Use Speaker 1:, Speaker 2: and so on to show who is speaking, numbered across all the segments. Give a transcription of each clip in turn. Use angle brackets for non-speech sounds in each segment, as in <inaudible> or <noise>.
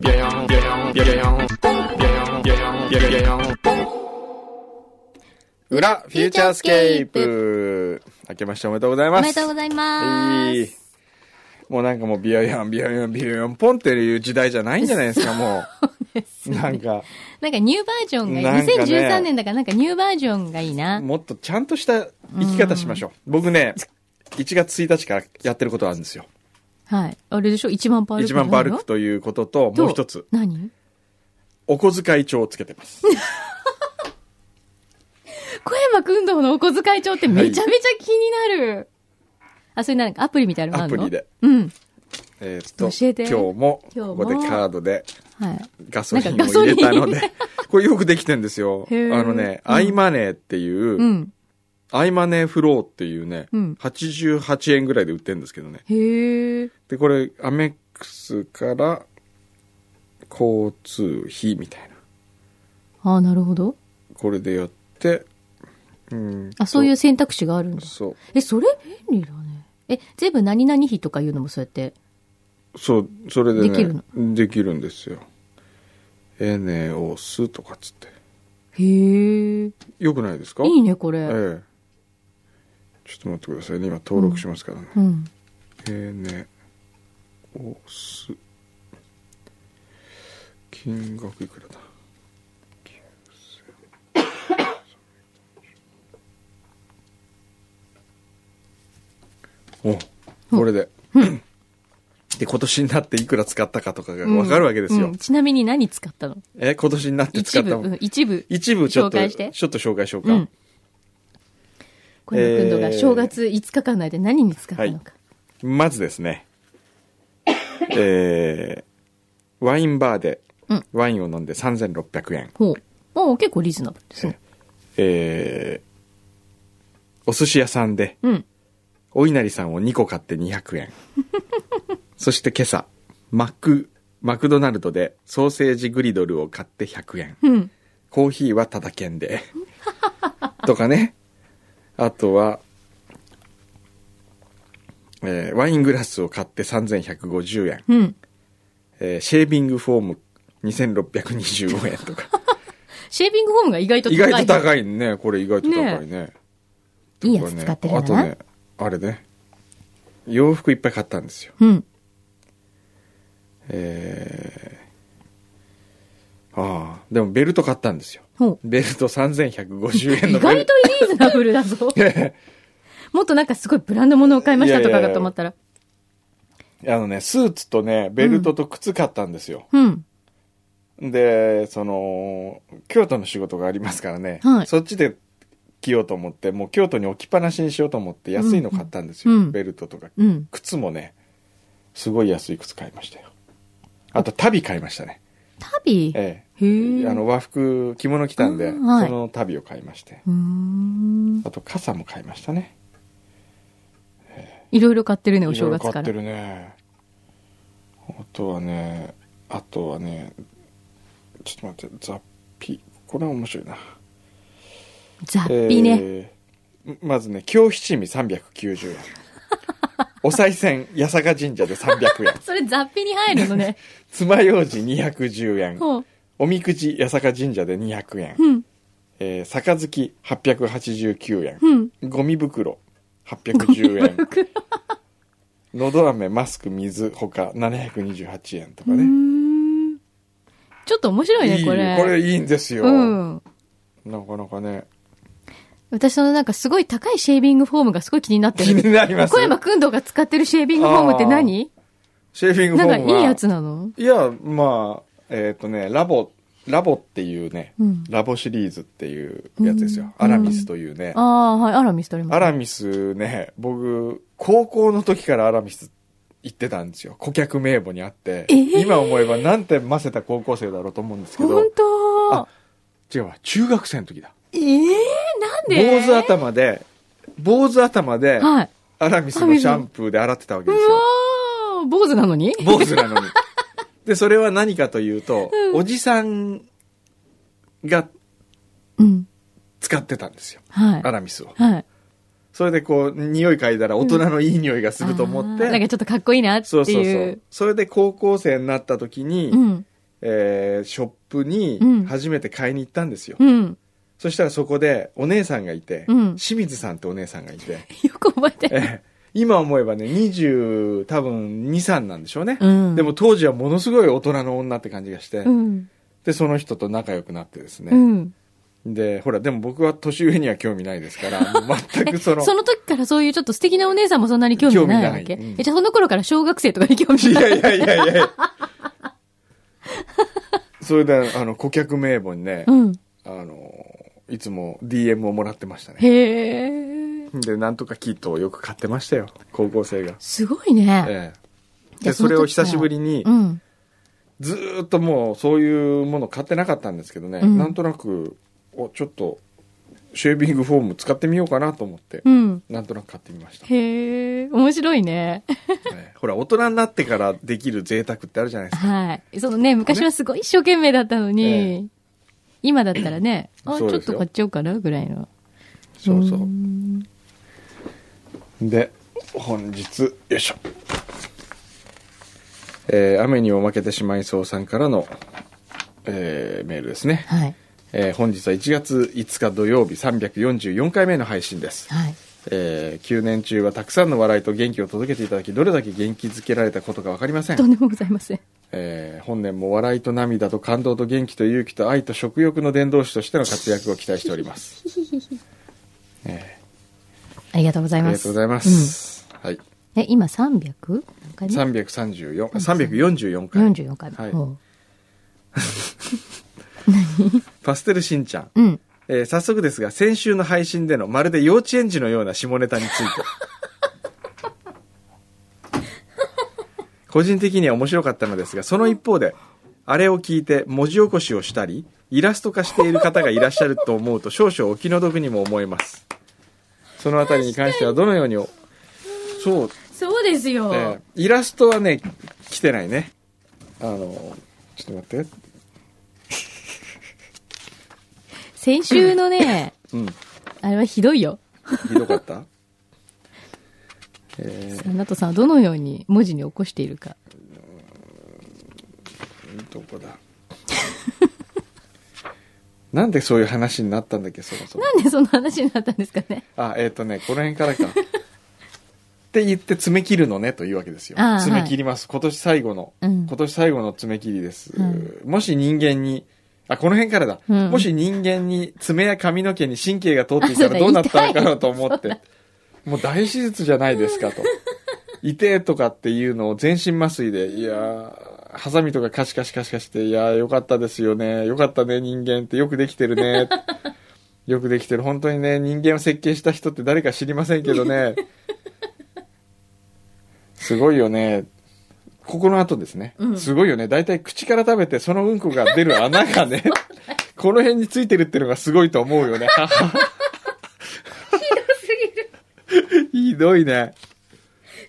Speaker 1: ビャヤンビャヤンビャヤンビャヤンビャヤンビャヤン裏フューチャースケープ明けましておめでとうございます
Speaker 2: おめでとうございま
Speaker 1: はい
Speaker 2: す。
Speaker 1: もうなんかもうビャヤンビャヤンビャヤンポンっていう時代じゃないんじゃないですかもう <laughs> なんか
Speaker 2: なんかニューバージョンがいい。
Speaker 1: なんかね
Speaker 2: 2013年だからなんかニューバージョンがいいな。
Speaker 1: もっとちゃんとした生き方しましょう僕ね1月1日からやってることあるんですよ
Speaker 2: はい。あれでしょ一番パール
Speaker 1: 一番バルクということともう一つ
Speaker 2: 何
Speaker 1: お小遣い帳をつけてます
Speaker 2: 小山くんどうのお小遣い帳ってめちゃめちゃ気になる。あ、それなんかアプリみたいなのあ
Speaker 1: アプ
Speaker 2: るの
Speaker 1: リ。で
Speaker 2: うん。
Speaker 1: えーっと
Speaker 2: 教えて
Speaker 1: 今日も
Speaker 2: 今日
Speaker 1: こ
Speaker 2: も
Speaker 1: こでカードで
Speaker 2: はい。
Speaker 1: ガソリン
Speaker 2: な
Speaker 1: を
Speaker 2: んかガソ
Speaker 1: 入
Speaker 2: リ
Speaker 1: れ
Speaker 2: ン
Speaker 1: たの <laughs> で、これよくできてんですよ。あ
Speaker 2: へー
Speaker 1: のね、
Speaker 2: うん
Speaker 1: アイマネーっていうう、
Speaker 2: ん。
Speaker 1: アイマネーフローっていうね
Speaker 2: うん、
Speaker 1: 88円ぐらいで売ってるんですけどね。
Speaker 2: へえ。
Speaker 1: で、これ、アメックスから交通費みたいな。
Speaker 2: あなるほど。
Speaker 1: これでやって、うんと
Speaker 2: あ、そういう。選択肢があるんだ。
Speaker 1: そ
Speaker 2: え、それ便利だね。え、全部何々費とかいうのもそうやって。
Speaker 1: う、そう、それでね、
Speaker 2: できる
Speaker 1: できるんですよ。エネオスとかっつって。
Speaker 2: へえ。
Speaker 1: よくないですか
Speaker 2: いいね、これ。
Speaker 1: ええ。ちょっと待ってくださいね。今登録しますからね。
Speaker 2: うん。
Speaker 1: えー、ね、おす、金額いくらだおこれで。で、今年になっていくら使ったかとかがわかるわけですよ。
Speaker 2: うんちなみに何使ったの
Speaker 1: え、今年になって使
Speaker 2: 一
Speaker 1: っ
Speaker 2: 部、
Speaker 1: た
Speaker 2: う
Speaker 1: もん
Speaker 2: ん。一部。
Speaker 1: 一部ちょっと、
Speaker 2: 紹介して
Speaker 1: ちょっと紹介しようか。
Speaker 2: うん。小山君と
Speaker 1: え
Speaker 2: が
Speaker 1: ー
Speaker 2: 正月5日間の間何に使ったのか。
Speaker 1: まずですね、えー、ワインバーで
Speaker 2: うん
Speaker 1: ワインを飲んで3600円。
Speaker 2: ほう。おう結構リーズナブルですね。
Speaker 1: えー、お寿司屋さんで
Speaker 2: うん。
Speaker 1: お稲荷さんを2個買って200円。
Speaker 2: <laughs>
Speaker 1: そして今朝、マック、マクドナルドでソーセージグリドルを買って100円。
Speaker 2: うん。
Speaker 1: コーヒーはただ券
Speaker 2: <laughs>
Speaker 1: で。とかね。あとは、えーワイングラスを買って3150円。
Speaker 2: うん。
Speaker 1: えーシェービングフォーム2625円とか。
Speaker 2: シェービングフォームが意外と高
Speaker 1: 意
Speaker 2: い。
Speaker 1: 外と高いね。これ意外と高いね。
Speaker 2: いいやつ使ってるん
Speaker 1: と
Speaker 2: だ
Speaker 1: か
Speaker 2: な。
Speaker 1: ねあとね、あれね。洋服いっぱい買ったんですよ。
Speaker 2: うん。
Speaker 1: えーああ、でもベルト買ったんですよ。
Speaker 2: ほ
Speaker 1: ベルト3150円
Speaker 2: う。
Speaker 1: のベル
Speaker 2: 意外とリーズナブルだぞ。もっとなんかすごいブランド物を買いましたとかかと思ったら。
Speaker 1: <laughs> あのね、スーツとね、ベルトと靴買ったんですよ。
Speaker 2: うん。
Speaker 1: で、その、京都の仕事がありますからね、
Speaker 2: はい
Speaker 1: そっちで着ようと思って、もう京都に置きっぱなしにしようと思って安いの買ったんですよ。
Speaker 2: うんうん
Speaker 1: ベルトとか。
Speaker 2: うん。
Speaker 1: 靴もね、すごい安い靴買いましたよ。あと、足袋買いましたね。
Speaker 2: 旅へ
Speaker 1: ええ。
Speaker 2: え。
Speaker 1: あの、和服、着物着たんで、
Speaker 2: あーはい
Speaker 1: その足袋を買いまして。
Speaker 2: うーん。
Speaker 1: あと、傘も買いましたね。
Speaker 2: いろいろ買ってるね、お
Speaker 1: いろ
Speaker 2: 正
Speaker 1: いろ
Speaker 2: 月
Speaker 1: 買
Speaker 2: か
Speaker 1: って
Speaker 2: ら。
Speaker 1: るねあとはねあとはねちょっと待って雑費これは面白いな
Speaker 2: 雑費ね。
Speaker 1: えーまずね京七味390円 <laughs> お賽銭八坂神社で300円
Speaker 2: それ雑費に入る
Speaker 1: <laughs>
Speaker 2: のね。
Speaker 1: 爪楊枝210円
Speaker 2: ほう。
Speaker 1: おみくじ八坂神社で200円、
Speaker 2: うん。
Speaker 1: えー、杯889円、
Speaker 2: うん。
Speaker 1: ゴミ袋810円
Speaker 2: <laughs>
Speaker 1: のど飴マスク水ほか728円とか
Speaker 2: う
Speaker 1: ね、
Speaker 2: ーんちょっと面白いね、これ。
Speaker 1: いいこれいいんですよ、
Speaker 2: うん。
Speaker 1: なかなかね
Speaker 2: 私そのなんかすごい高いシェービングフォームがすごい気になって
Speaker 1: 気
Speaker 2: る。
Speaker 1: になります
Speaker 2: 小山くんどうが使ってるシェービングフォームって何
Speaker 1: シェービングフ
Speaker 2: な
Speaker 1: ォ
Speaker 2: んか
Speaker 1: ームはい
Speaker 2: いやつなの
Speaker 1: いやまあえっ、とねラボラボっていうね、
Speaker 2: うん
Speaker 1: ラボシリーズっていうやつですよ、
Speaker 2: うん
Speaker 1: アラミスというね、
Speaker 2: ああ、はい、アラミスとります。
Speaker 1: アラミスね僕高校の時からアラミス行ってたんですよ。顧客名簿にあって、
Speaker 2: ー
Speaker 1: 今思えばなんてませた高校生だろうと思うんですけど、
Speaker 2: 本当
Speaker 1: あ違うわ、中学生の時だ。
Speaker 2: ええなんで
Speaker 1: 坊主頭で、坊主頭で、
Speaker 2: はい。
Speaker 1: アラミスのシャンプーで洗ってたわけ
Speaker 2: う
Speaker 1: ですよ。
Speaker 2: わー坊主なのに
Speaker 1: 坊主なのに。で、それは何かというと、おじさんが
Speaker 2: うん。
Speaker 1: 使ってたんですよ。
Speaker 2: はい
Speaker 1: ア。ラミスを。
Speaker 2: はい。
Speaker 1: それでこう、匂い嗅いだら大人のいい匂いがすると思っ
Speaker 2: あーなんか
Speaker 1: て、
Speaker 2: ちょっとかっこいいなっていう。
Speaker 1: そうそうそう。それで高校生になった時に、
Speaker 2: うん。
Speaker 1: えーショップ
Speaker 2: うん
Speaker 1: に初めて買いに行ったんですよ。
Speaker 2: うん。 <laughs>
Speaker 1: そしたらそこでお姉さんがいて、
Speaker 2: うん
Speaker 1: 清水さんってお姉さんがいて、
Speaker 2: よく覚えてる。
Speaker 1: ええ今思えばね、20、多分2、3なんでしょうね。
Speaker 2: うん。
Speaker 1: でも当時はものすごい大人の女って感じがして、
Speaker 2: うん。
Speaker 1: で、その人と仲良くなってです
Speaker 2: う
Speaker 1: ね。
Speaker 2: ん。
Speaker 1: で、ほら、でも僕は年上には興味ないですから、もう全くその、
Speaker 2: その時からそういうちょっと素敵なお姉さんもそんなに興味ないわけ、
Speaker 1: 興味ないうん
Speaker 2: え、じゃあその頃から小学生とかに興味
Speaker 1: い
Speaker 2: ない。
Speaker 1: やいやいやい
Speaker 2: <laughs>
Speaker 1: やそれで、あの、顧客名簿にね、
Speaker 2: うん。
Speaker 1: あの、いつも DM をもらってましたね。
Speaker 2: へえ。
Speaker 1: で、なんとかキットをよく買ってましたよ、高校生が。
Speaker 2: すごいね。
Speaker 1: ええ。
Speaker 2: じゃ
Speaker 1: で、
Speaker 2: あその
Speaker 1: そ
Speaker 2: 時
Speaker 1: れを久しぶりに
Speaker 2: う、ん。
Speaker 1: ずーっともうそういうもの買ってなかったんですけどね、
Speaker 2: うん
Speaker 1: なんとなく、お、ちょっと、シェービングフォーム使ってみようかなと思って、
Speaker 2: うん。
Speaker 1: なんとなく買ってみました。
Speaker 2: へえ。面白いね。
Speaker 1: ええほら、大人になってからできる贅沢ってあるじゃないですか。
Speaker 2: はい。そのね、昔はすごい一生懸命だったのに、
Speaker 1: え
Speaker 2: 今だったらね、あ、ち
Speaker 1: そう
Speaker 2: ょ
Speaker 1: で
Speaker 2: っ
Speaker 1: すよ
Speaker 2: と買っちゃおうかなぐらいの。
Speaker 1: そうそうう。
Speaker 2: ん
Speaker 1: で、本日、よいしょ。えー雨にも負けてしまいそうさんからの、えーメールですね。
Speaker 2: はい。
Speaker 1: えー本日は1月5日土曜日344回目の配信です。
Speaker 2: はい。
Speaker 1: え9年中はたくさんの笑いと元気を届けていただき、どれだけ元気づけられたことかわかりません
Speaker 2: と。んでもございません。
Speaker 1: えー本年も笑いと涙と感動と元気と勇気と愛と食欲の伝道師としての活躍を期待しております。え
Speaker 2: ありがとうござい
Speaker 1: ーあ
Speaker 2: ま
Speaker 1: り
Speaker 2: す。
Speaker 1: がとうございます。はい。
Speaker 2: うん。え、今 300? 何回目
Speaker 1: 334、344回。
Speaker 2: 44回目。
Speaker 1: はい
Speaker 2: おう
Speaker 1: パステルしんちゃん。
Speaker 2: うん。
Speaker 1: えー早速ですが、先週の配信でのまるで幼稚園児のような下ネタについ <laughs> て。個人的には面白かったのですが、その一方で、あれを聞いて文字起こしをしたり、イラスト化している方がいらっしゃると思うと少々お気の毒にも思えます。そのあたりに関してはどのようにお、そう、
Speaker 2: そうですよ。
Speaker 1: えーイラストはね、来てないね。あの、ちょっと待って。
Speaker 2: 先週の <laughs> ね、
Speaker 1: うん、
Speaker 2: あれはひどいよ。
Speaker 1: ひどか
Speaker 2: <laughs>
Speaker 1: ったえー
Speaker 2: サナトさんはどのように文字に起こしているか。
Speaker 1: どこだなんでそういう話になったんだっけそもそも
Speaker 2: なんでその話になったんですかね。 <laughs>
Speaker 1: あえっ、とねこの辺からかって言って詰め切るのねというわけですよ
Speaker 2: ああ
Speaker 1: 詰め切ります、今年最後の、
Speaker 2: うん
Speaker 1: 今年最後の詰め切りです、
Speaker 2: はい
Speaker 1: もし人間にあこの辺からだ、
Speaker 2: うん
Speaker 1: もし人間に爪や髪の毛に神経が通っていた
Speaker 2: あそう
Speaker 1: ら
Speaker 2: だ
Speaker 1: どうなったのかなと思ってもう大手術じゃないですかと痛えとかっていうのを全身麻酔でいやーハサミとかカシカシカシカシって、いやーよかったですよね。よかったね、人間って。よくできてるね。よくできてる。本当にね、人間を設計した人って誰か知りませんけどね。すごいよね。ここの後ですね。すごいよね。だいたい口から食べて、そのうんこが出る穴がね、この辺についてるってのがすごいと思うよね。ひどすぎる。ひどいね。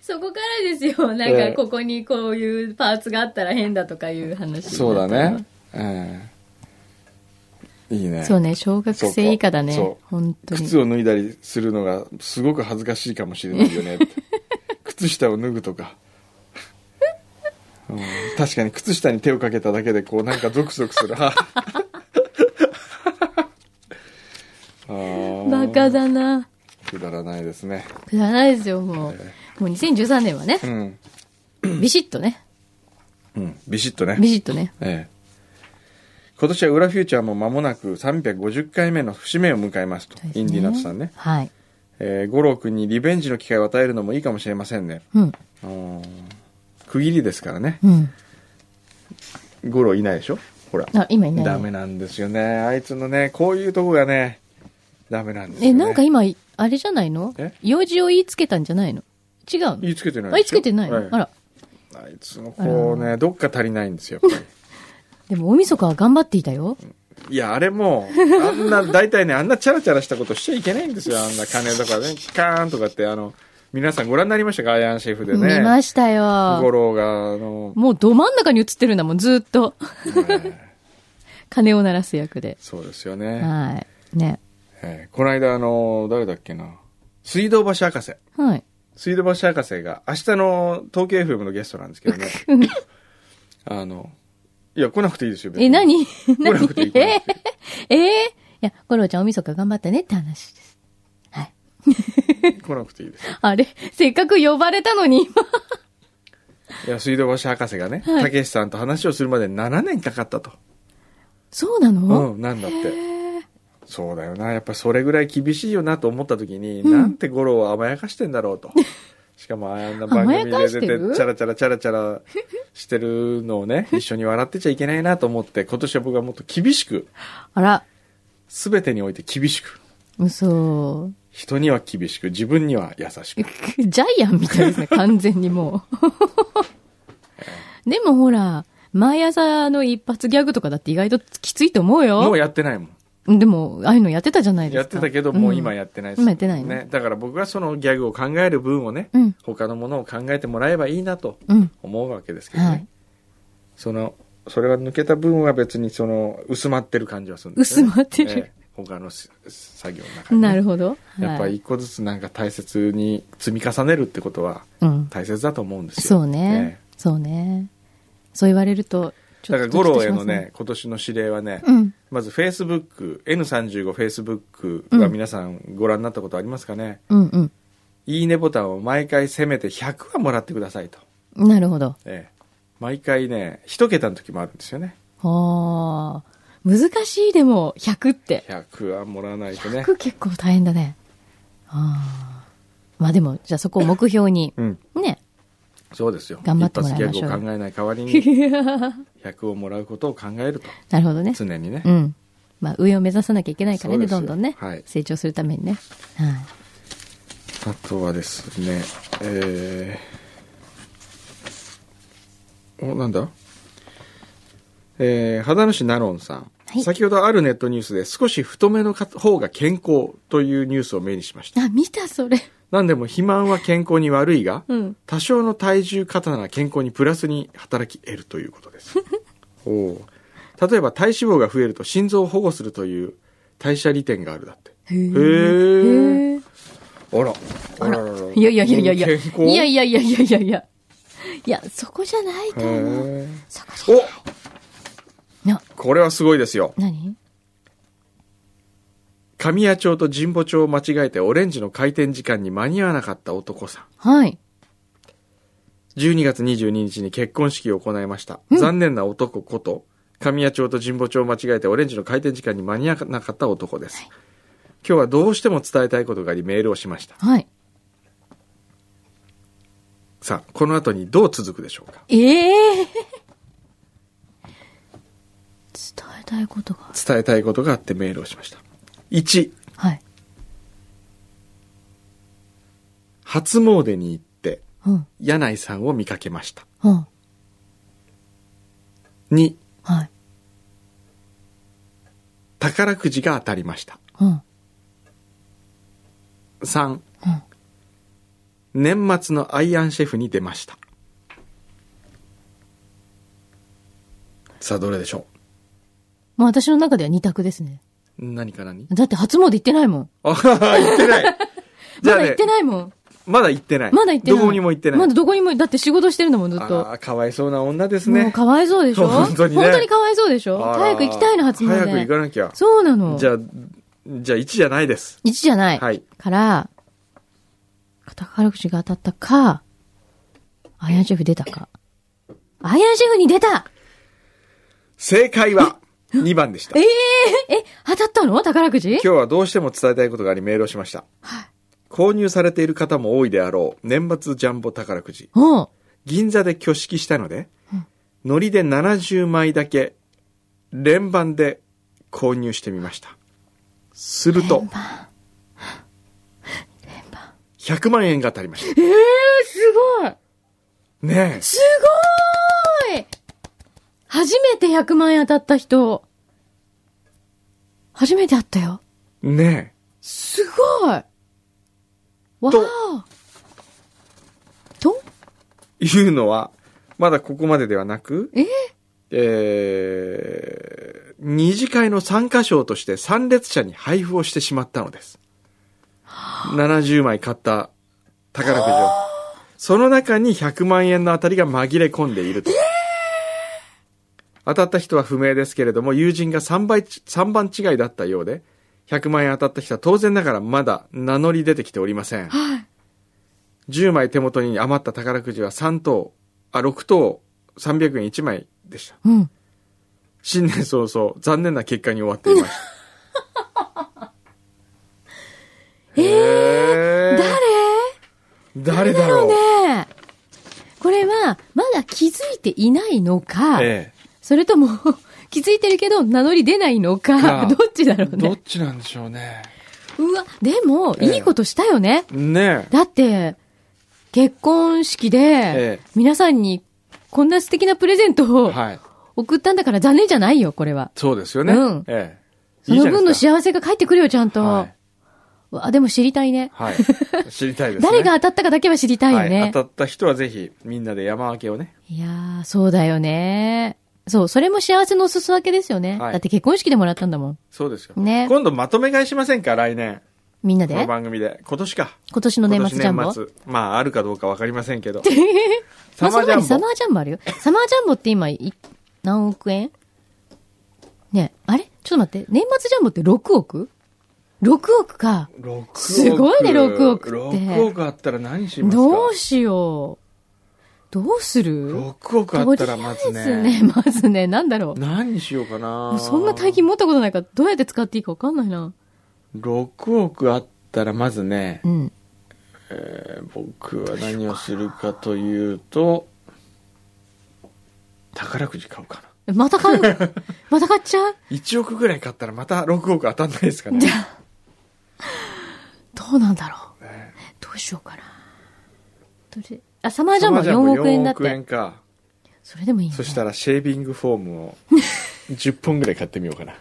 Speaker 2: そこからですよ。な
Speaker 1: ええ
Speaker 2: んか、ここにこういうパーツがあったら変だとかいう話。
Speaker 1: そうだね。。うん。いいね。
Speaker 2: そうね、小学生以下だね
Speaker 1: そうか。
Speaker 2: 本当に。
Speaker 1: 靴を脱いだりするのがすごく恥ずかしいかもしれないよ
Speaker 2: <laughs>
Speaker 1: ねって靴下を脱ぐとか、うん確かに靴下に手をかけただけでこうなんかゾクゾク
Speaker 2: <laughs>
Speaker 1: するあー
Speaker 2: バカだな。
Speaker 1: くだらないですね
Speaker 2: くだらないですよ、もう。もう2013年はね
Speaker 1: う、ん、
Speaker 2: ビシッとね。
Speaker 1: うん、ビシッとね
Speaker 2: ビシッとね。
Speaker 1: ええ今年は裏フューチャーも間もなく350回目の節目を迎えますと
Speaker 2: そうですね
Speaker 1: インディーナッツさんね、
Speaker 2: はい。
Speaker 1: えー、五郎君にリベンジの機会を与えるのもいいかもしれませんね
Speaker 2: うん。
Speaker 1: うん区切りですからね
Speaker 2: うん。
Speaker 1: ゴロいないでしょほら。
Speaker 2: あ、今いないね。
Speaker 1: ダメなんですよね。あいつのね、こういうとこがね、ダメなんですよ、ね。
Speaker 2: え、なんか今、あれじゃないの
Speaker 1: え
Speaker 2: 用事を言いつけたんじゃないの違うの
Speaker 1: 言いつけてない
Speaker 2: あ、言いつけてないの、
Speaker 1: ええ
Speaker 2: あら。
Speaker 1: あいつの子ね、どっか足りないんですよ。やっぱり
Speaker 2: でも大晦日は頑張っていたよ。
Speaker 1: いや、あれもう、あんな、 <laughs> 大体ね、あんなチャラチャラしたことしちゃいけないんですよ。あんな金とかね、カーンとかって、あの、皆さんご覧になりましたかアイアンシェフでね。
Speaker 2: 見ました
Speaker 1: 五
Speaker 2: よ。
Speaker 1: 郎が、あ
Speaker 2: <laughs>
Speaker 1: の、
Speaker 2: もうど真ん中に映ってるんだもん、ずーっと。 <laughs>
Speaker 1: ね
Speaker 2: 鐘を鳴らす役で。
Speaker 1: そうですよね。
Speaker 2: はい。ね。
Speaker 1: えーこの間、あの、誰だっけな。水道橋博士。
Speaker 2: はい。
Speaker 1: 水道橋博士が、明日の東京 FM のゲストなんですけど
Speaker 2: <laughs>
Speaker 1: ね。あの、いや、来なくていいですよ、別に
Speaker 2: え、何 <laughs>
Speaker 1: 来なくていい来なくていい
Speaker 2: 何えー、えー、いや、五郎ちゃん、おみそか頑張ってねって話です。はい。
Speaker 1: 来なくていいです。
Speaker 2: あれ、せっかく呼ばれたのに、 <laughs> 今。
Speaker 1: いや、水道橋博士がね、
Speaker 2: はい
Speaker 1: たけしさんと話をするまで7年かかったと。
Speaker 2: そうなの、
Speaker 1: うん、なんだって。そうだよな。やっぱそれぐらい厳しいよなと思った時に、なんて五郎を甘やかしてんだろ
Speaker 2: <laughs>
Speaker 1: うと。しかもあんな番組
Speaker 2: 甘や
Speaker 1: で
Speaker 2: かし
Speaker 1: 出
Speaker 2: て
Speaker 1: て、チ
Speaker 2: る
Speaker 1: ャラチャラチャラチャラしてるのを
Speaker 2: <laughs>
Speaker 1: ね、一緒に笑ってちゃいけないなと思って、今年は僕はもっと厳しく、
Speaker 2: あら、
Speaker 1: すべてにおいて厳しく、
Speaker 2: 嘘。
Speaker 1: 人には厳しく、自分には優しく。
Speaker 2: ジャイアンみたい
Speaker 1: <laughs>
Speaker 2: ですね、完全にも
Speaker 1: <laughs>
Speaker 2: う。でもほら、毎朝の一発ギャグとかだって意外ときついと思う
Speaker 1: もう
Speaker 2: よ。
Speaker 1: やってないもん。
Speaker 2: でも、ああいうのやってたじゃないで
Speaker 1: や
Speaker 2: す
Speaker 1: っ
Speaker 2: か。
Speaker 1: てたけど、もう今
Speaker 2: や、
Speaker 1: やってないです、
Speaker 2: 今やってないの
Speaker 1: ね。だから僕はそのギャグを考える分をね、
Speaker 2: うん
Speaker 1: 他のものを考えてもらえばいいなと
Speaker 2: うん。
Speaker 1: 思うわけですけどね。
Speaker 2: はい
Speaker 1: その、それは抜けた分は別にその、薄まってる感じはするんです
Speaker 2: 薄まってる
Speaker 1: ええ他のす作業の中にね、
Speaker 2: なるほど。はい
Speaker 1: やっぱり一個ずつなんか大切に積み重ねるってことは
Speaker 2: うん。
Speaker 1: 大切だと思うんですよ。
Speaker 2: そうね
Speaker 1: え。
Speaker 2: そうね。そう言われると、
Speaker 1: えだから五郎への
Speaker 2: ドキ
Speaker 1: ね、今年の指令はね、
Speaker 2: ドキしますね。うん。
Speaker 1: まず Facebook、N35 Facebook は皆さんご覧になったことありますかね、
Speaker 2: うん
Speaker 1: いいねボタンを毎回せめて100はもらってくださいと。
Speaker 2: うん。なるほど。
Speaker 1: ええ毎回ね、一桁の時もあるんですよね。
Speaker 2: はあ。難しいでも、100って。
Speaker 1: 100はもらわないとね。
Speaker 2: 100結構大変だね。ああ。まあでも、じゃあそこを目標に。
Speaker 1: うん。
Speaker 2: ね。
Speaker 1: そうですよ。
Speaker 2: 頑張ってもらいましょう
Speaker 1: 一発ギャグを考えない代わりに、100をも
Speaker 2: <laughs>
Speaker 1: らうことを考えると。
Speaker 2: なるほどね。
Speaker 1: 常にね
Speaker 2: う。ん。まあ上を目指さなきゃいけないから
Speaker 1: そう
Speaker 2: ね、
Speaker 1: ですよ
Speaker 2: どんどんね、
Speaker 1: はい
Speaker 2: 成長するためにね。はい。
Speaker 1: あとはですね、えー、お、なんだえー、肌主ナロンさん、
Speaker 2: はい
Speaker 1: 先ほどあるネットニュースで少し太めのか方が健康というニュースを目にしました。
Speaker 2: あ、見た、それ。
Speaker 1: 何でも肥満は健康に悪いが、
Speaker 2: うん
Speaker 1: 多少の体重過多なら健康にプラスに働き得るということです <laughs> おお例えば体脂肪が増えると心臓を保護するという代謝利点があるだって
Speaker 2: へえ
Speaker 1: へえ
Speaker 2: へえ
Speaker 1: あらあららら
Speaker 2: いやいやいやいやいや。
Speaker 1: 健康
Speaker 2: いやいやいやいやいやいや。いや、そこじゃないと思う。
Speaker 1: へえ
Speaker 2: そこじゃ
Speaker 1: お
Speaker 2: な、
Speaker 1: これはすごいですよ
Speaker 2: 何
Speaker 1: 神谷町と神保町を間違えてオレンジの開店時間に間に合わなかった男さん
Speaker 2: はい。
Speaker 1: 12月22日に結婚式を行いました。残念な男こと、神谷町と神保町を間違えてオレンジの開店時間に間に合わなかった男です。今日はどうしても伝えたいことがありメールをしました。
Speaker 2: はい。
Speaker 1: さあ、この後にどう続くでしょうか
Speaker 2: ええ伝えたいことが。
Speaker 1: 伝えたいことがあってメールをしました。1、
Speaker 2: はい。
Speaker 1: 初詣に行って、
Speaker 2: うん。
Speaker 1: 柳井さんを見かけました。
Speaker 2: うん。
Speaker 1: 2、
Speaker 2: はい。
Speaker 1: 宝くじが当たりました。
Speaker 2: うん。
Speaker 1: 3、年末のアイアンシェフに出ました。さあ、どれでしょう
Speaker 2: まあ私の中では二択ですね。
Speaker 1: 何か何
Speaker 2: だって初詣行ってないもん。
Speaker 1: あはは言ってない。
Speaker 2: <laughs> まだ行って
Speaker 1: い。
Speaker 2: ないもん。
Speaker 1: まだ行ってない。
Speaker 2: まだ行ってない。
Speaker 1: どこにも行ってない。
Speaker 2: まだどこにも、だって仕事してるんだもん、ずっと。
Speaker 1: ああ、かわいそうな女です
Speaker 2: もう
Speaker 1: ね。
Speaker 2: かわいそうでしょ
Speaker 1: 本当にね
Speaker 2: 本当にかわいそうでしょ
Speaker 1: あら
Speaker 2: 早く行きたいの、初詣。
Speaker 1: 早く行かなきゃ。
Speaker 2: そうなの。
Speaker 1: じゃあ、じゃあ1じゃないです。
Speaker 2: 1じゃない。
Speaker 1: はい
Speaker 2: から、宝くじが当たったか、アイアンシェフ出たか。アイアンシェフに出た
Speaker 1: 正解
Speaker 2: <laughs>
Speaker 1: は2番でした。
Speaker 2: え
Speaker 1: 今
Speaker 2: ええ、当たったの宝くじ
Speaker 1: 日はどうしても伝えたいことがありメールをしました。購入されている方も多いであろう年末ジャンボ宝くじ。
Speaker 2: おう
Speaker 1: 銀座で挙式したので、ノリで70枚だけ連番で購入してみました。すると、100万円が当たりました。
Speaker 2: ええすごい
Speaker 1: ね
Speaker 2: すごーい初めて100万円当たった人。初めて会ったよ。
Speaker 1: え。ね
Speaker 2: すごいわー
Speaker 1: と
Speaker 2: と
Speaker 1: え。いうのは、まだここまでではなく、
Speaker 2: え
Speaker 1: えー、二次会の参加賞として参列者に配布をしてしまったのです。70枚買った宝くじを。その中に100万円の当たりが紛れ込んでいると。当たった人は不明ですけれども、友人が3倍、3番違いだったようで、100万円当たった人は当然ながらまだ名乗り出てきておりません。
Speaker 2: はい。
Speaker 1: 10枚手元に余った宝くじは3等、あ、6等、300円1枚でした。
Speaker 2: うん。
Speaker 1: 新年早々、残念な結果に終わっていました。
Speaker 2: <laughs> え
Speaker 1: え誰
Speaker 2: 誰
Speaker 1: だろう
Speaker 2: ねえこれは、まだ気づいていないのか、
Speaker 1: え
Speaker 2: それとも、 <laughs> 気づいてるけど名乗り出ないの
Speaker 1: か
Speaker 2: か、 <laughs> どっちだろ
Speaker 1: え
Speaker 2: う
Speaker 1: どっ
Speaker 2: ね。
Speaker 1: ちなんでしょうね。
Speaker 2: うわ、でも、
Speaker 1: ええ
Speaker 2: いいことしたよね。
Speaker 1: ねえ。
Speaker 2: だって、結婚式
Speaker 1: え
Speaker 2: で、皆さんにこんな素敵なプレゼントを
Speaker 1: はい。
Speaker 2: 送ったんだから残念じゃないよ、これは。
Speaker 1: そうですよね。
Speaker 2: うん
Speaker 1: ええ。
Speaker 2: その分の
Speaker 1: 合
Speaker 2: 幸せが返ってくるよ、ちゃんと。
Speaker 1: はいう
Speaker 2: わ、でも知りたいね。
Speaker 1: はい。
Speaker 2: <laughs>
Speaker 1: 知りたいですね。
Speaker 2: 誰が当たったかだけは知りたいよね。
Speaker 1: はい、当たった人はぜひ、みんなで山分けをね。
Speaker 2: いやー、そうだよね。そう、それも幸せのお裾分けですよね。
Speaker 1: はい
Speaker 2: だって結婚式でもらったんだもん。
Speaker 1: そうですよ。
Speaker 2: ね
Speaker 1: 今度まとめ買いしませんか来年。
Speaker 2: みんな
Speaker 1: こ
Speaker 2: で。
Speaker 1: の
Speaker 2: 今
Speaker 1: 番組で。今年か。
Speaker 2: 年の
Speaker 1: 今
Speaker 2: 年
Speaker 1: 年
Speaker 2: 末ジャンボ。
Speaker 1: 年
Speaker 2: ま
Speaker 1: 末。まあ、あるかどうかわかりません
Speaker 2: <laughs>
Speaker 1: けど。
Speaker 2: あ、その前にサ
Speaker 1: ボ
Speaker 2: マージャンボあるよ。サマージャンボって今、い何億円ねえあれちょっと待って。年末ジャンボって6億 ?6 億か。
Speaker 1: 6億
Speaker 2: すごいね6億って
Speaker 1: 6億あったら何しますか
Speaker 2: どうしよう。どうする
Speaker 1: ?6 億あったらまず
Speaker 2: とりあえず
Speaker 1: ね。
Speaker 2: ね、まずね、なんだろう。
Speaker 1: 何にしようか
Speaker 2: も
Speaker 1: な
Speaker 2: うそんな大金持ったことないから、どうやって使っていいかわかんないな。
Speaker 1: 6億あったらまずね
Speaker 2: う、ん。
Speaker 1: えー僕は何をするかというと、宝くじ買うかな。
Speaker 2: また買う
Speaker 1: <laughs>
Speaker 2: また買っちゃう
Speaker 1: 1億ぐらい買ったらまた6億当たんないですかね。
Speaker 2: どうなんだろう。
Speaker 1: ね
Speaker 2: どうしようかな。どれあ、サマージャンボ4億円だっ
Speaker 1: 4億円
Speaker 2: て。
Speaker 1: か。
Speaker 2: それでもいいよ、ね。
Speaker 1: そしたらシェービングフォームを10本ぐらい買ってみようかな。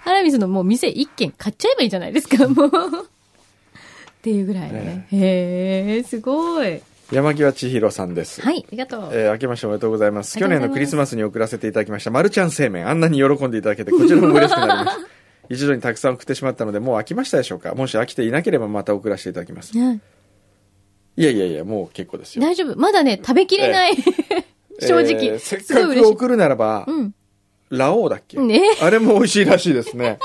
Speaker 2: ハラミスのもう店1軒買っちゃえばいいじゃないですか、もう。っていうぐらいのね。へえ、すごい。
Speaker 1: 山際千尋さんです。
Speaker 2: はい、ありがとう。
Speaker 1: えー明けましておめでとうございます。
Speaker 2: あり
Speaker 1: 去
Speaker 2: がと
Speaker 1: 年
Speaker 2: うございます
Speaker 1: のクリスマスに送らせていただきました、マルちゃん製麺。あんなに喜んでいただけて、こちらも嬉しくなりま
Speaker 2: <laughs>
Speaker 1: した。一度にたくさん送ってしまったので、もう飽きましたでしょうかもし飽きていなければまた送らせていただきます。
Speaker 2: うん
Speaker 1: いやいやいや、もう結構ですよ。
Speaker 2: 大丈夫。まだね、食べきれない。 <laughs> 正直、
Speaker 1: えーせっ
Speaker 2: すごい
Speaker 1: かく
Speaker 2: 嬉しい。
Speaker 1: 送るならば、
Speaker 2: うん。
Speaker 1: ラオウだっけ、
Speaker 2: ね
Speaker 1: あれも美味しいらしいです
Speaker 2: <laughs>
Speaker 1: ね。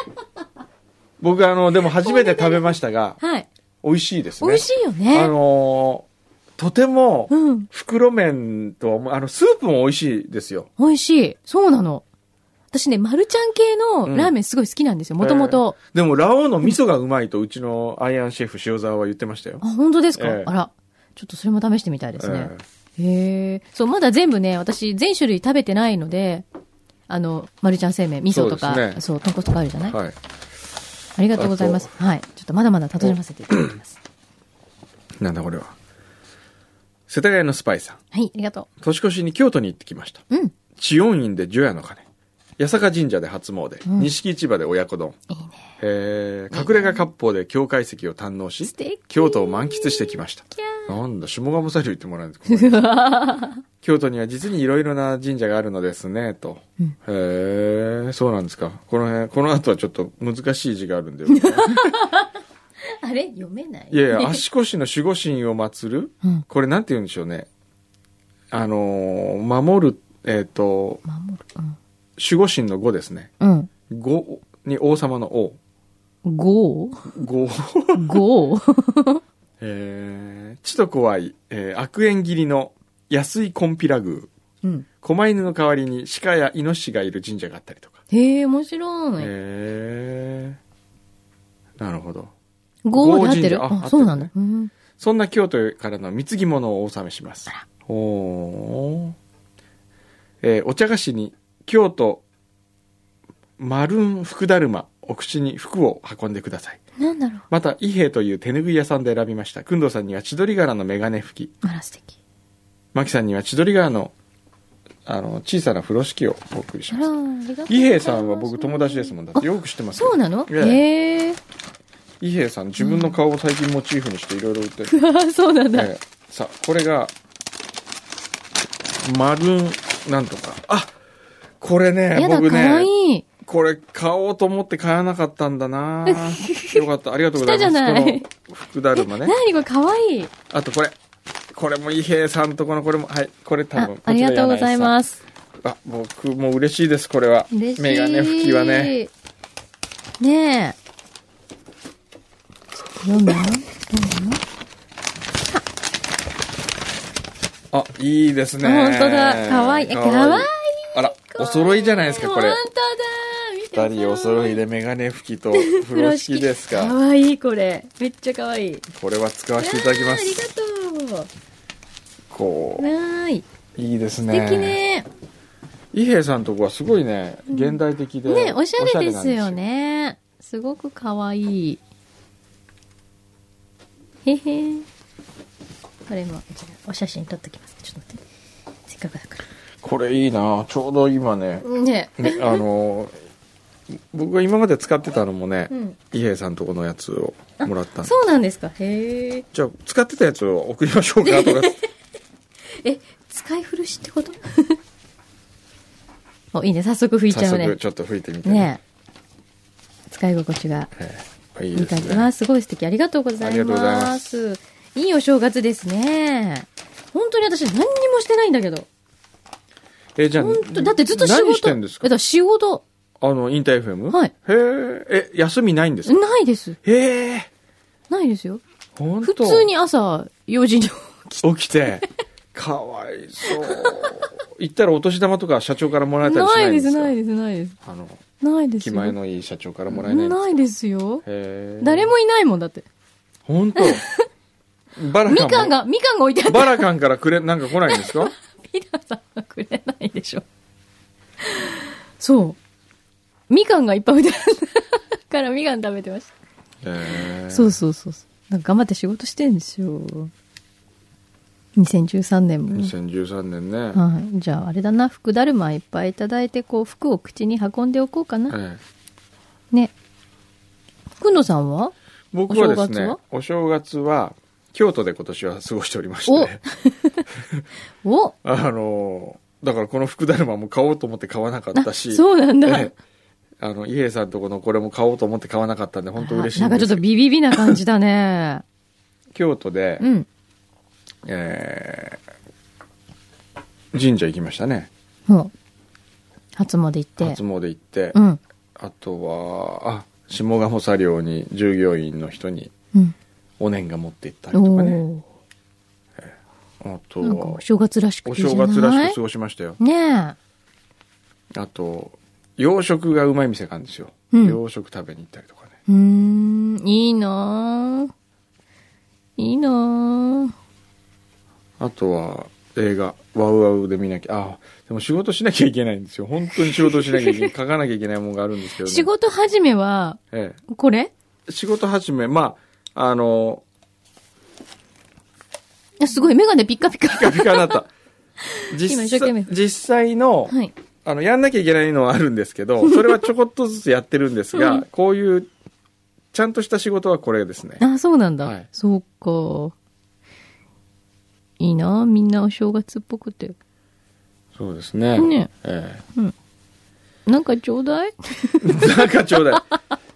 Speaker 1: 僕、あの、でも初めて食べましたが、
Speaker 2: はい。
Speaker 1: 美味しいですね。
Speaker 2: 美味しいよ
Speaker 1: あ
Speaker 2: ね。
Speaker 1: のーとても、
Speaker 2: うん。
Speaker 1: 袋麺とは思う、あの、スープも美味しいですよ。
Speaker 2: 美味しい。そうなの。私ね、マルちゃん系のラーメンすごい好きなんですよ、もともと。
Speaker 1: えーでも、ラオウの味噌がうまいと、うちのアイアンシェフ塩沢は言ってましたよ。
Speaker 2: あ、本当ですか、
Speaker 1: ええ
Speaker 2: あら。ちょっとそれも試してみたいですね
Speaker 1: え。
Speaker 2: へえ。そう、まだ全部ね、私、全種類食べてないので、あの、マルちゃん製麺、味噌と
Speaker 1: そ
Speaker 2: か、そうう,、
Speaker 1: ですね
Speaker 2: 豚骨とかあるじゃない、
Speaker 1: はい。
Speaker 2: ありがとうございます。はい。ちょっとまだまだ楽しませていただきます。
Speaker 1: なんだこれは。世田谷のスパイさん。
Speaker 2: はい、ありがと
Speaker 1: 年越しに京都に行ってきました。
Speaker 2: う。うん。
Speaker 1: 千音院で除夜の鐘。八坂神社で初詣。
Speaker 2: うん
Speaker 1: 錦市場で親子丼。
Speaker 2: いいね。
Speaker 1: えー、隠れ家割烹で境界石を堪能し
Speaker 2: 素敵、
Speaker 1: 京都を満喫してきました。
Speaker 2: キャー
Speaker 1: なんだ、下鴨サリュー行ってもらうんですかこ
Speaker 2: <laughs>
Speaker 1: こに京都には実にいろいろな神社があるのですね、と。
Speaker 2: うん
Speaker 1: へえ、そうなんですか。この辺、この後はちょっと難しい字がある
Speaker 2: <laughs>
Speaker 1: んで。
Speaker 2: あれ読めない
Speaker 1: いやいや、足腰の守護神を祀る
Speaker 2: うん。
Speaker 1: これなんて言うんでしょうね。あのー守る、えっ、と、
Speaker 2: 守る。
Speaker 1: 守護神の5ですね。
Speaker 2: うん。
Speaker 1: 5に王様の王。
Speaker 2: うん。五 <laughs>
Speaker 1: 5。
Speaker 2: 五
Speaker 1: えー、ちと怖い、えー悪縁切りの安いコンピラグ
Speaker 2: うん。
Speaker 1: 狛犬の代わりに鹿やイノシシがいる神社があったりとか。
Speaker 2: へえ、面白い。
Speaker 1: へーなるほど。
Speaker 2: 五で合ってる
Speaker 1: 五神社あ合って
Speaker 2: あ
Speaker 1: る
Speaker 2: そうなんだ。うん。
Speaker 1: そんな京都からの貢ぎ物をお納めします。おーえーお茶菓子に京都丸ん福だるまお口に福を運んでください。
Speaker 2: なんだろう。
Speaker 1: また、伊兵衛という手ぬぐい屋さんで選びました。くんどうさんには千鳥柄のメガネ拭き、
Speaker 2: あら、素敵。
Speaker 1: マキさんには千鳥川の、あの、小さな風呂敷をお送りし
Speaker 2: あ
Speaker 1: ま
Speaker 2: ら
Speaker 1: す。
Speaker 2: ありがとうございます。
Speaker 1: 伊兵さんは僕友達ですもん。だってよく知ってますよ
Speaker 2: そうなの
Speaker 1: ええ
Speaker 2: へえ。 <laughs>
Speaker 1: 伊兵さん自分の顔を最近モチーフにしていろいろ売ってる。
Speaker 2: そうなんだ。
Speaker 1: ええさあ、これが、マルーンなんとか。あこれね、
Speaker 2: やだ、
Speaker 1: 僕
Speaker 2: かわ
Speaker 1: ね
Speaker 2: い、い。
Speaker 1: これ買おうと思って買わなかったんだな
Speaker 2: <laughs>
Speaker 1: よかった。ありがとうございます。
Speaker 2: 来たじゃない
Speaker 1: この福だるまね
Speaker 2: な。にこれ、かわいい。
Speaker 1: あとこれ。これも伊兵さんとこのこれも、はい、これ多
Speaker 2: あ
Speaker 1: 分。
Speaker 2: ありがとうござい
Speaker 1: す。
Speaker 2: ます。
Speaker 1: あ、僕も嬉しいです、これは。
Speaker 2: 嬉しい。
Speaker 1: メガネ拭きはね。。
Speaker 2: ねえ。ちょっと読むよ。
Speaker 1: あ、いいですね。
Speaker 2: あ本当だかわいいえかわいい
Speaker 1: あら、お揃いじゃないですか、これ
Speaker 2: 本。当だ見て
Speaker 1: 二人お揃いでメガネ拭き
Speaker 2: <laughs>
Speaker 1: と風呂敷です
Speaker 2: か
Speaker 1: か。
Speaker 2: わいい、これ。めっちゃかわいい。
Speaker 1: これは使わせていただきま
Speaker 2: あ
Speaker 1: す。
Speaker 2: ーありがと
Speaker 1: こ
Speaker 2: う。わーい。
Speaker 1: う、いいです
Speaker 2: 素敵
Speaker 1: ね。
Speaker 2: ね。
Speaker 1: 伊兵さんとこはすごいね、現代的で。
Speaker 2: ね、おしゃれで
Speaker 1: なん
Speaker 2: すよ。ね。すごくかわいい。へへ。これも、じゃあお写真撮っときます。ちょっと待って。せっかくだか
Speaker 1: これいいなちょうど今ね、
Speaker 2: ら。ね。
Speaker 1: ね、あのー僕が今まで使ってたのもね、
Speaker 2: うん。
Speaker 1: 伊兵さんとこのやつをもらったんで
Speaker 2: そうなんですか。へえ。
Speaker 1: じゃあ使ってたやつを送りまし
Speaker 2: <laughs>
Speaker 1: ょうかとか
Speaker 2: え、使い古しってこと <laughs> お、いいね。早速拭いちゃ
Speaker 1: 早
Speaker 2: うね
Speaker 1: 速。ちょっと吹いてみて、
Speaker 2: ね使い心地が
Speaker 1: ええいい
Speaker 2: いい
Speaker 1: です
Speaker 2: 感じ。
Speaker 1: ね
Speaker 2: わあ、すごい素敵。ありがとうござ
Speaker 1: あ
Speaker 2: い
Speaker 1: りがとうござい
Speaker 2: ま。
Speaker 1: ます
Speaker 2: いいお正月ですね。本当に私何にもしてないんだけど。
Speaker 1: えじゃあ
Speaker 2: 本当だってずっと仕事。
Speaker 1: 何してんです
Speaker 2: え
Speaker 1: か
Speaker 2: だら仕事。
Speaker 1: あのインター FM
Speaker 2: はい
Speaker 1: へええ休みないんですか
Speaker 2: ないです。
Speaker 1: へえ
Speaker 2: ないですよ。
Speaker 1: 本
Speaker 2: 普
Speaker 1: 当
Speaker 2: 通に朝4時に起き
Speaker 1: 起きて <laughs> かわいそう行ったらお年玉とか社長からもらえたりし
Speaker 2: な
Speaker 1: ないいん
Speaker 2: で
Speaker 1: です
Speaker 2: す、
Speaker 1: か
Speaker 2: ないです、ないです。
Speaker 1: あの
Speaker 2: ないです
Speaker 1: 気
Speaker 2: よ。
Speaker 1: 前のいい社長からもらえないんです
Speaker 2: ないですよ。
Speaker 1: へえ
Speaker 2: 誰もいないもんだって。
Speaker 1: 本
Speaker 2: <laughs>
Speaker 1: 当バラカンも
Speaker 2: みかんが、みかんが置いてあった
Speaker 1: バラカンからくれなんか来ないんです
Speaker 2: <laughs>
Speaker 1: か
Speaker 2: ピラさんはくれないでしょ。そう。みかんがいっぱい置いてあるからみかん食べてまし
Speaker 1: へえ
Speaker 2: た。そうそうそうそう。なんか頑張って仕事してるんですよ。2013年も。
Speaker 1: 2013年ね、
Speaker 2: はい。じゃあ、あれだな、福だるまいっぱいいただいて、こう、服を口に運んでおこうかな。
Speaker 1: ええ
Speaker 2: ね。くのさんは
Speaker 1: 僕はです
Speaker 2: お正月
Speaker 1: ね
Speaker 2: は
Speaker 1: お正月は京都で今年は過ごしておりまし
Speaker 2: お
Speaker 1: て
Speaker 2: お
Speaker 1: あのだからこの福だるまも買おうと思って買わなかった
Speaker 2: あ、
Speaker 1: し
Speaker 2: そうなんだ。
Speaker 1: ええあの伊兵衛さんとこのこれも買おうと思って買わなかったんで本当嬉しい
Speaker 2: あ
Speaker 1: ん
Speaker 2: なん
Speaker 1: で
Speaker 2: か
Speaker 1: す
Speaker 2: ちょっと
Speaker 1: けど
Speaker 2: ビビビな感じだね。
Speaker 1: 京都で、
Speaker 2: うん。
Speaker 1: えー神社行きましたね
Speaker 2: もう。初詣行って。
Speaker 1: 初詣行って、
Speaker 2: うん。
Speaker 1: あとはあ下鴨作業に従業員の人に
Speaker 2: うん。
Speaker 1: お年が持って行ったりと
Speaker 2: お
Speaker 1: かね
Speaker 2: ー
Speaker 1: あと
Speaker 2: なんか
Speaker 1: は
Speaker 2: お正月らしく
Speaker 1: お
Speaker 2: ていいじ
Speaker 1: 正
Speaker 2: ゃない
Speaker 1: 月らしく過ごしましたよ
Speaker 2: ね
Speaker 1: あと洋食がうまい店があるんですよ、
Speaker 2: うん
Speaker 1: 洋食食べに行ったりとかね
Speaker 2: え。うーん、いいなぁ。いいなぁ。
Speaker 1: あとは映画ワウワウで見なきゃあでも仕事しなきゃいけないんですよ本当に仕事しなきゃいけない書かなきゃいけないもんがあるんですけどね、
Speaker 2: 仕事始めは、
Speaker 1: ええ
Speaker 2: これ
Speaker 1: 仕事始めまああの
Speaker 2: あすごい、メガネピッカピ
Speaker 1: <laughs>
Speaker 2: カ。
Speaker 1: ピカピカになった
Speaker 2: <laughs> 今
Speaker 1: 実
Speaker 2: 一生懸命
Speaker 1: 際実際の、
Speaker 2: はい。
Speaker 1: あのやんなきゃいけないのはあるんですけどそれはちょこっとずつやってるんですが、
Speaker 2: うん
Speaker 1: こういうちゃんとした仕事はこれですね
Speaker 2: あ、そうなんだ。
Speaker 1: はい
Speaker 2: そうか。いいなぁ。みんなお正月っぽくて。
Speaker 1: そうですね
Speaker 2: ね
Speaker 1: ええ
Speaker 2: なんかちょうだい
Speaker 1: なんかちょうだ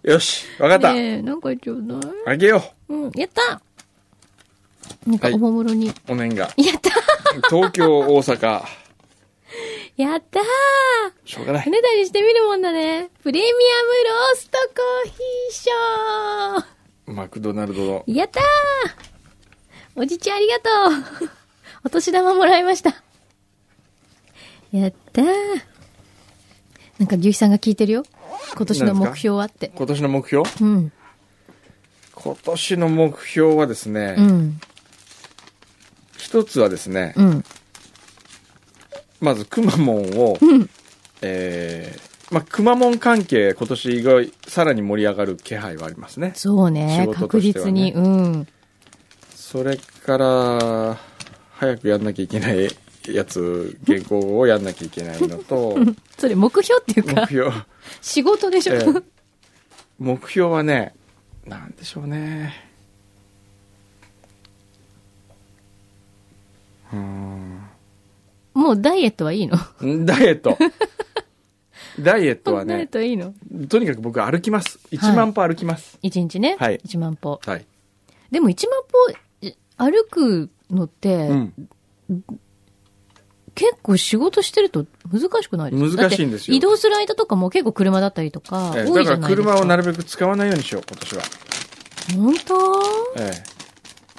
Speaker 1: い。よし、わかった。
Speaker 2: ねえ、なんかちょうだい
Speaker 1: あげよ
Speaker 2: うん、やったなんか
Speaker 1: はい
Speaker 2: おもむろに。
Speaker 1: う、お年が。
Speaker 2: やった <laughs>
Speaker 1: 東京、大阪。
Speaker 2: やったー
Speaker 1: しょうがない
Speaker 2: お。ねだりしてみるもんだね。プレミアムローストコーヒーシ
Speaker 1: マクドナルドの。
Speaker 2: ョーやったーおじちゃんありがとう <laughs> お年玉もらいました。やったーなんか牛肥さんが聞いてるよ。今年の目標はって。
Speaker 1: 今年の目標
Speaker 2: うん。
Speaker 1: 今年の目標はですね、
Speaker 2: うん。
Speaker 1: 一つはですね、
Speaker 2: うん。
Speaker 1: まずくまモンを、
Speaker 2: ん
Speaker 1: えー、まあ、くまモン関係、今年がさらに盛り上がる気配はありますね。
Speaker 2: そうね。
Speaker 1: 仕事
Speaker 2: 確
Speaker 1: としては
Speaker 2: 実に。
Speaker 1: ね
Speaker 2: うん。
Speaker 1: それから、早くやんなきゃいけないやつ、原稿をやんなきゃいけないの
Speaker 2: <laughs>
Speaker 1: と、
Speaker 2: それ目標っていう
Speaker 1: 目
Speaker 2: か、
Speaker 1: 標、
Speaker 2: 仕事でしょ、
Speaker 1: ええ目標はね、なんでしょうね。うーん
Speaker 2: もうダイエットはいいの、
Speaker 1: ダイエッ
Speaker 2: <laughs>
Speaker 1: ト。ダイエットは
Speaker 2: ダイエッ
Speaker 1: ね、
Speaker 2: トはいいの
Speaker 1: とにかく僕歩きます。1万歩歩きます。
Speaker 2: 一日ね、
Speaker 1: はい
Speaker 2: 一万歩。
Speaker 1: はい。
Speaker 2: でも一万歩い歩くのって、
Speaker 1: うん。
Speaker 2: 結構仕事してると難しくないですか
Speaker 1: 難しいんですよ
Speaker 2: だって移動する間とかも結構車だったりとか、
Speaker 1: ええ
Speaker 2: 多
Speaker 1: だ
Speaker 2: いじ
Speaker 1: か
Speaker 2: ゃ
Speaker 1: ら
Speaker 2: ないですか。
Speaker 1: 車をなるべく使わないようにしよう、今年は。
Speaker 2: 本当
Speaker 1: え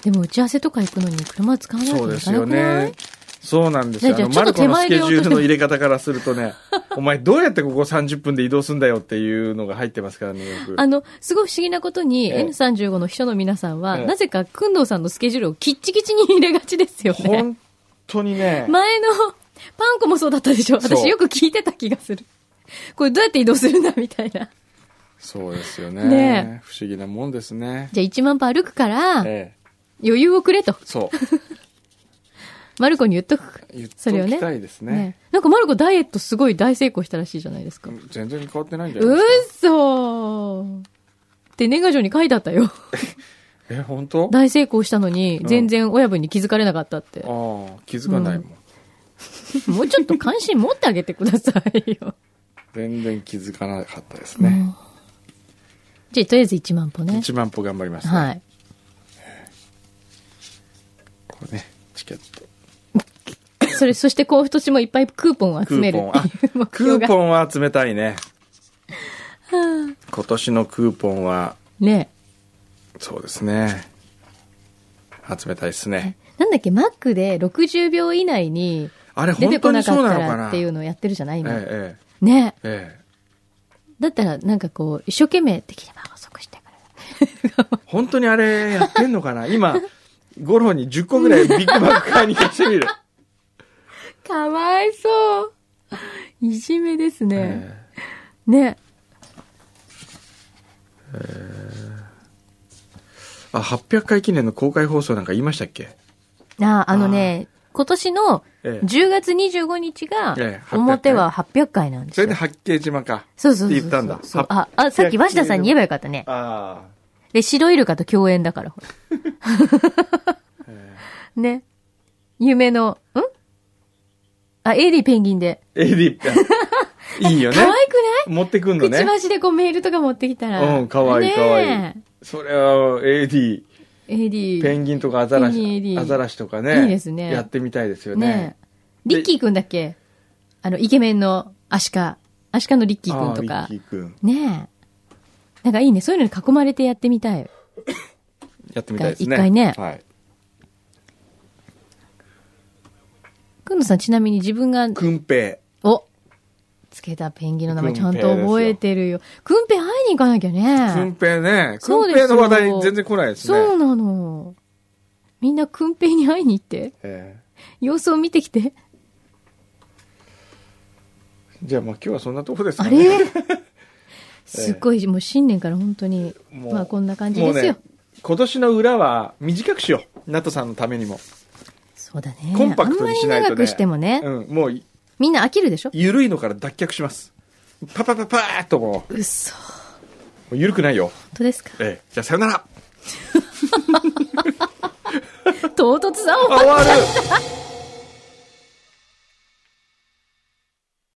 Speaker 2: でも打ち合わせとか行くのに車使わ
Speaker 1: え、
Speaker 2: ない
Speaker 1: そ
Speaker 2: と
Speaker 1: うで
Speaker 2: い
Speaker 1: す
Speaker 2: かな
Speaker 1: よ
Speaker 2: くない、
Speaker 1: ね。そうなんですよ。あ
Speaker 2: ねじゃあ
Speaker 1: の、
Speaker 2: ち
Speaker 1: マ
Speaker 2: ょ
Speaker 1: ルコの
Speaker 2: っと
Speaker 1: ス
Speaker 2: 手前
Speaker 1: ケ
Speaker 2: で
Speaker 1: ジュールの入れ方からするとね、 <laughs> お前どうやってここ30分で移動すんだよっていうのが入ってますからね、よく。
Speaker 2: あの、すごい不思議なことに、
Speaker 1: ええ
Speaker 2: N35 の秘書の皆さんは、
Speaker 1: ええ
Speaker 2: なぜか、くんどうさんのスケジュールをきっちきちに入れがちですよね。
Speaker 1: 本当にね、
Speaker 2: 前の、パンコもそうだったでしょ
Speaker 1: そ
Speaker 2: 私
Speaker 1: う
Speaker 2: よく聞いてた気がする。これどうやって移動するんだみたいな。
Speaker 1: そうですよね
Speaker 2: ね
Speaker 1: 不思議なもんですね。
Speaker 2: じゃあ1万歩歩くから、
Speaker 1: ええ、
Speaker 2: 余裕をくれと、
Speaker 1: そう。
Speaker 2: マルコに言っとく。
Speaker 1: 言っと
Speaker 2: <laughs> それを
Speaker 1: き
Speaker 2: ね。
Speaker 1: たいですね。
Speaker 2: ねなんかマルコダイエットすごい大成功したらしいじゃないですか。
Speaker 1: 全然変わってないんじゃな
Speaker 2: う
Speaker 1: いです
Speaker 2: そーって年賀状に書いてあっ
Speaker 1: <laughs>
Speaker 2: たよ。
Speaker 1: か。え、本当あ
Speaker 2: 大成功したのに、全然親分に気づかれなかったって
Speaker 1: あ。ー、気づかないもん。
Speaker 2: もうちょっと関心持ってあげてくださいよ。
Speaker 1: 全然気づかなかったです
Speaker 2: う
Speaker 1: ね。
Speaker 2: んじゃあ、とりあえず1万歩ね。
Speaker 1: 1万歩頑張りますね。
Speaker 2: はい。
Speaker 1: これね、チケット。
Speaker 2: それ、そして甲府土地もいっぱいクーポンを集めるっていう目
Speaker 1: ク
Speaker 2: 標
Speaker 1: ーポ
Speaker 2: が。
Speaker 1: ンは集めたいね。今年のクーポンは、
Speaker 2: ね
Speaker 1: そうですね。集めたいですね。
Speaker 2: なんだっけ、マックで60秒以内に
Speaker 1: あれ、
Speaker 2: 出て
Speaker 1: 本
Speaker 2: こ
Speaker 1: 当
Speaker 2: な
Speaker 1: に
Speaker 2: か
Speaker 1: そう
Speaker 2: っ
Speaker 1: な
Speaker 2: た
Speaker 1: のからな
Speaker 2: っていうのをやってるじゃない
Speaker 1: ええ
Speaker 2: 今。
Speaker 1: え
Speaker 2: ね
Speaker 1: え、え
Speaker 2: だったら、なんかこう、一生懸命できれば遅くしてくれる。
Speaker 1: え。本当にあれやってんのかな今、ゴロに10個ぐらいビッグバック買いに行かしてみる。
Speaker 2: かわいそう。いじめですね。
Speaker 1: ええ
Speaker 2: ね。
Speaker 1: あ、800回記念の公開放送なんか言いましたっけ
Speaker 2: あ、あのね、今年の
Speaker 1: ええ
Speaker 2: 10月25日が
Speaker 1: ええ800、回
Speaker 2: 表は800回なんで
Speaker 1: そ
Speaker 2: す
Speaker 1: れ
Speaker 2: よ
Speaker 1: で。八景島か。
Speaker 2: そうそうそうそう。
Speaker 1: って言ったんだ
Speaker 2: そう
Speaker 1: 800
Speaker 2: あ、あ、さっき鷲田さんに言えばよかったね。
Speaker 1: あ
Speaker 2: で、白イルカと共演だから、ほら
Speaker 1: <laughs>
Speaker 2: ね。夢の、んあ、エイリーペンギンで。
Speaker 1: あ。エディ <laughs> あいいよね
Speaker 2: 可。愛く
Speaker 1: 持ってくん
Speaker 2: な
Speaker 1: の
Speaker 2: い、くち
Speaker 1: ね。
Speaker 2: ばしでこうメールとか持ってきたら。
Speaker 1: うん、かわいい、かわいい
Speaker 2: ね。
Speaker 1: それは、エディ、
Speaker 2: え。エイリー。
Speaker 1: ペンギンとかアザラ
Speaker 2: ペンギンエデ
Speaker 1: シ、
Speaker 2: ィ
Speaker 1: アザラシとかね。
Speaker 2: いいですね
Speaker 1: やってみたいですよね
Speaker 2: ね。リッキーくんだっけあの、イケメンのアシカ。アシカのリッキーく
Speaker 1: あ
Speaker 2: ん
Speaker 1: ー
Speaker 2: とか
Speaker 1: リ。ッキーくん。
Speaker 2: ねえ。なんかいいね。そういうのに囲まれてやってみたい。
Speaker 1: やってみたいですね。
Speaker 2: 一回ね
Speaker 1: はい。
Speaker 2: くんのさんちなみに自分が、
Speaker 1: くんぺ
Speaker 2: お、つけたペンギンの名前ちゃん
Speaker 1: くんぺ
Speaker 2: と
Speaker 1: いですよ
Speaker 2: 覚えてるよ。くんぺい会いに行かなきゃ
Speaker 1: い。く
Speaker 2: ね
Speaker 1: ん。ぺいね。
Speaker 2: そ
Speaker 1: く
Speaker 2: うんです
Speaker 1: ぺい
Speaker 2: よ
Speaker 1: の話題全然来ないですね。
Speaker 2: そうなの。みんなくんぺいに会いに行って。
Speaker 1: ええ
Speaker 2: 様子を見てきて。
Speaker 1: じゃあ、まあ今日はそんなとこですか
Speaker 2: あ
Speaker 1: ね。 <laughs>
Speaker 2: れすっごい、もう新年から本当に、
Speaker 1: もう
Speaker 2: まあこんな感じですよ
Speaker 1: もう。ね今年の裏は短くしよう。ナトさんのためにも。
Speaker 2: そうだね。
Speaker 1: コンパクトにしないとね
Speaker 2: あんまり長くしてもね
Speaker 1: う。ん、もう、
Speaker 2: みんな飽きるでしょ
Speaker 1: ゆるいのから脱却します。パパパパーっとも
Speaker 2: うっそ。
Speaker 1: う、ゆるくないよ。
Speaker 2: 本当ですか <laughs>
Speaker 1: ええ、じゃあさよなら
Speaker 2: 唐突さん
Speaker 1: あ終わる